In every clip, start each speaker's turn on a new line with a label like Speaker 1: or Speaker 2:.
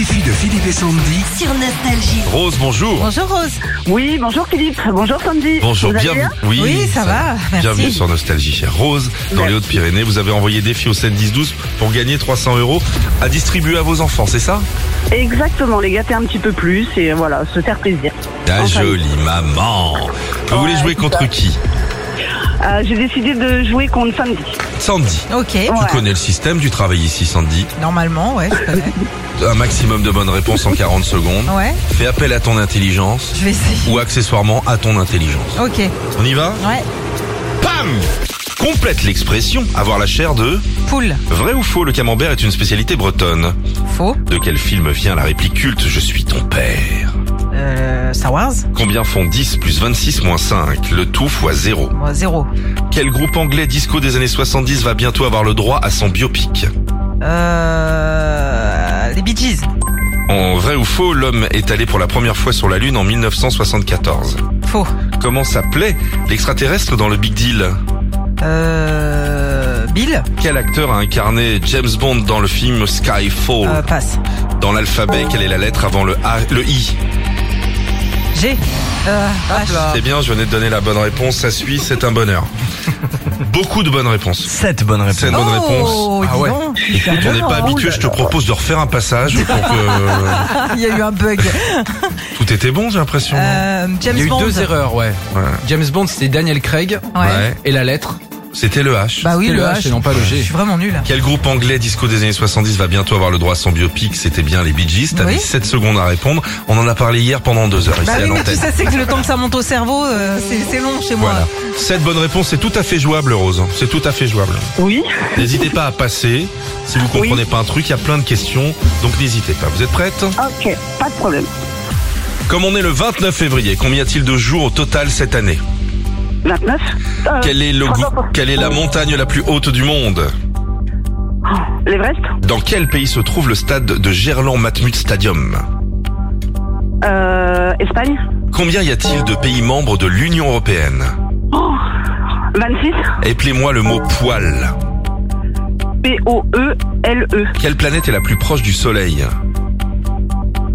Speaker 1: Philippe et Sandy.
Speaker 2: sur Nostalgie.
Speaker 3: Rose, bonjour.
Speaker 2: Bonjour Rose.
Speaker 4: Oui, bonjour Philippe, bonjour Sandy.
Speaker 3: Bonjour,
Speaker 4: Vous allez
Speaker 3: bienvenue.
Speaker 4: bien
Speaker 3: Oui,
Speaker 2: ça va, merci.
Speaker 3: Bienvenue sur Nostalgie, chère Rose, dans les Hautes-Pyrénées. Vous avez envoyé défi au 7-10-12 pour gagner 300 euros à distribuer à vos enfants, c'est ça
Speaker 4: Exactement, les gâter un petit peu plus et voilà, se faire plaisir.
Speaker 3: La
Speaker 4: Enfin,
Speaker 3: jolie maman. Vous voulez jouer contre qui
Speaker 4: euh, J'ai décidé de jouer contre Sandy.
Speaker 3: Sandy.
Speaker 2: Ok,
Speaker 4: Ouais.
Speaker 3: Tu connais le système, tu travailles ici, Sandy.
Speaker 2: normalement, ouais, je connais.
Speaker 3: Un maximum de bonnes réponses en 40 secondes.
Speaker 2: Ouais,
Speaker 3: Fais appel à ton intelligence
Speaker 2: je vais essayer.
Speaker 3: ou accessoirement à ton intelligence.
Speaker 2: Ok,
Speaker 3: On y va
Speaker 2: ouais.
Speaker 3: Pam Complète l'expression avoir la chair de
Speaker 2: Poule,
Speaker 3: vrai ou faux le camembert est une spécialité bretonne.
Speaker 2: faux.
Speaker 3: De quel film vient la réplique culte Je suis ton père
Speaker 2: Euh, Star Wars,
Speaker 3: Combien font 10 plus 26 moins 5 Le tout fois 0.
Speaker 2: moi, zéro.
Speaker 3: Quel groupe anglais disco des années 70 va bientôt avoir le droit à son biopic
Speaker 2: Euh, les Bee Gees,
Speaker 3: En vrai ou faux, l'homme est allé pour la première fois sur la Lune en 1974.
Speaker 2: faux.
Speaker 3: Comment s'appelait l'extraterrestre dans le Big Deal
Speaker 2: Euh, Bill,
Speaker 3: Quel acteur a incarné James Bond dans le film Skyfall
Speaker 2: euh, passe.
Speaker 3: Dans l'alphabet, quelle est la lettre avant le A, le I
Speaker 2: G, euh, H.
Speaker 3: C'est Eh bien, je venais de donner la bonne réponse. Ça suit, c'est un bonheur. Beaucoup de bonnes réponses.
Speaker 5: 7 bonnes réponses.
Speaker 3: C'est une bonne réponse.
Speaker 2: Oh, dis
Speaker 5: Ah ouais.
Speaker 2: donc.
Speaker 3: Écoute, on n'est pas habitué, je te
Speaker 2: Ah,
Speaker 3: propose de refaire un passage pour que
Speaker 2: hein. Il y a eu un bug.
Speaker 3: tout était bon, j'ai l'impression. non
Speaker 2: Euh, James
Speaker 5: Il y a eu
Speaker 2: Bond.
Speaker 5: deux erreurs, ouais.
Speaker 2: Euh.
Speaker 3: Ouais.
Speaker 5: James Bond, c'était Daniel Craig.
Speaker 2: Ouais.
Speaker 3: Ouais.
Speaker 5: Et la lettre,
Speaker 3: C'était le H.
Speaker 2: Bah oui,
Speaker 5: c'était
Speaker 2: le H.
Speaker 5: et non pas le
Speaker 2: Je
Speaker 5: G.
Speaker 2: suis vraiment nul.
Speaker 3: Quel groupe anglais disco des années 70 va bientôt avoir le droit à son biopic C'était bien les Bee Gees, t'as
Speaker 2: Oui.
Speaker 3: mis 7 secondes à répondre. On en a parlé hier pendant deux heures ici
Speaker 2: Bah
Speaker 3: à
Speaker 2: oui, mais tu
Speaker 3: l'antenne.
Speaker 2: sais, c'est que le temps que ça monte au cerveau, euh, c'est c'est long chez moi.
Speaker 3: Voilà. Cette bonne réponse, c'est tout à fait jouable, Rose. C'est tout à fait jouable.
Speaker 4: Oui,
Speaker 3: N'hésitez pas à passer. Si vous
Speaker 4: Oui.
Speaker 3: comprenez pas un truc, il y a plein de questions. Donc n'hésitez pas. Vous êtes prête
Speaker 4: ok, pas de problème.
Speaker 3: Comme on est le 29 février, combien y a-t-il de jours au total cette année
Speaker 4: 29 euh,
Speaker 3: Quel est le
Speaker 4: trois
Speaker 3: gou-
Speaker 4: heures.
Speaker 3: Quelle est la montagne la plus haute du monde
Speaker 4: L'Everest
Speaker 3: Dans quel pays se trouve le stade de Gerland Matmut Stadium
Speaker 4: euh, Espagne
Speaker 3: Combien y a-t-il de pays membres de l'Union Européenne
Speaker 4: 26
Speaker 3: Appelez-moi le mot poil.
Speaker 4: E P-O-E-L-E.
Speaker 3: Quelle planète est la plus proche du Soleil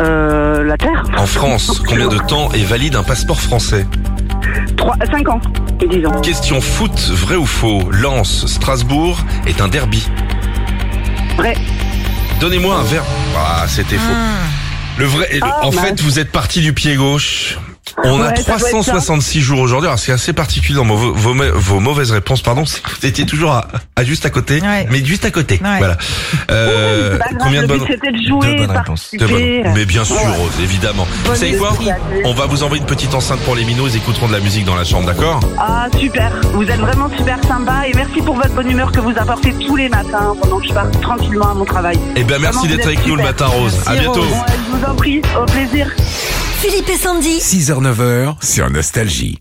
Speaker 4: Euh, la Terre
Speaker 3: En France, combien de temps est valide un passeport français
Speaker 4: 3, 5 ans, disons.
Speaker 3: Question foot, vrai ou faux Lens, Strasbourg est un derby.
Speaker 4: Vrai.
Speaker 3: Donnez-moi un verbe. Ah, c'était faux.
Speaker 2: Hmm.
Speaker 3: Le vrai. et le-
Speaker 4: Ah,
Speaker 3: en
Speaker 4: mince.
Speaker 3: fait, vous êtes parti du pied gauche. On a
Speaker 4: Ouais, ça doit être ça.
Speaker 3: 366 jours aujourd'hui. Alors, c'est assez particulier dans vos, vos, vos mauvaises réponses, pardon. c'est que Vous étiez toujours à, à juste à côté,
Speaker 2: Ouais.
Speaker 3: mais juste à côté.
Speaker 2: Ouais.
Speaker 3: Voilà. Euh,
Speaker 4: Pas grave,
Speaker 3: combien de
Speaker 4: le but,
Speaker 3: bonnes
Speaker 4: C'était de jouer,
Speaker 5: bonnes réponses.
Speaker 3: de
Speaker 4: participer.
Speaker 3: bonnes- Mais bien sûr,
Speaker 4: Ouais.
Speaker 3: Rose, évidemment.
Speaker 2: Bonne
Speaker 3: vous savez quoi
Speaker 2: esprit.
Speaker 3: On va vous envoyer une petite enceinte pour les minots. Ils écouteront de la musique dans la chambre, d'accord
Speaker 4: Ah super, vous êtes vraiment super sympa et merci pour votre bonne humeur que vous apportez tous les matins pendant que je pars tranquillement à mon travail.
Speaker 3: Eh bien,
Speaker 4: Vraiment,
Speaker 3: merci
Speaker 4: vous
Speaker 3: d'être
Speaker 4: êtes
Speaker 3: avec nous le
Speaker 4: super.
Speaker 3: matin, Rose. à
Speaker 2: Merci,
Speaker 3: bientôt.
Speaker 2: Rose.
Speaker 4: Ouais, je vous en prie, au plaisir.
Speaker 2: Philippe et Sandy.
Speaker 1: 6h, 9h sur Nostalgie.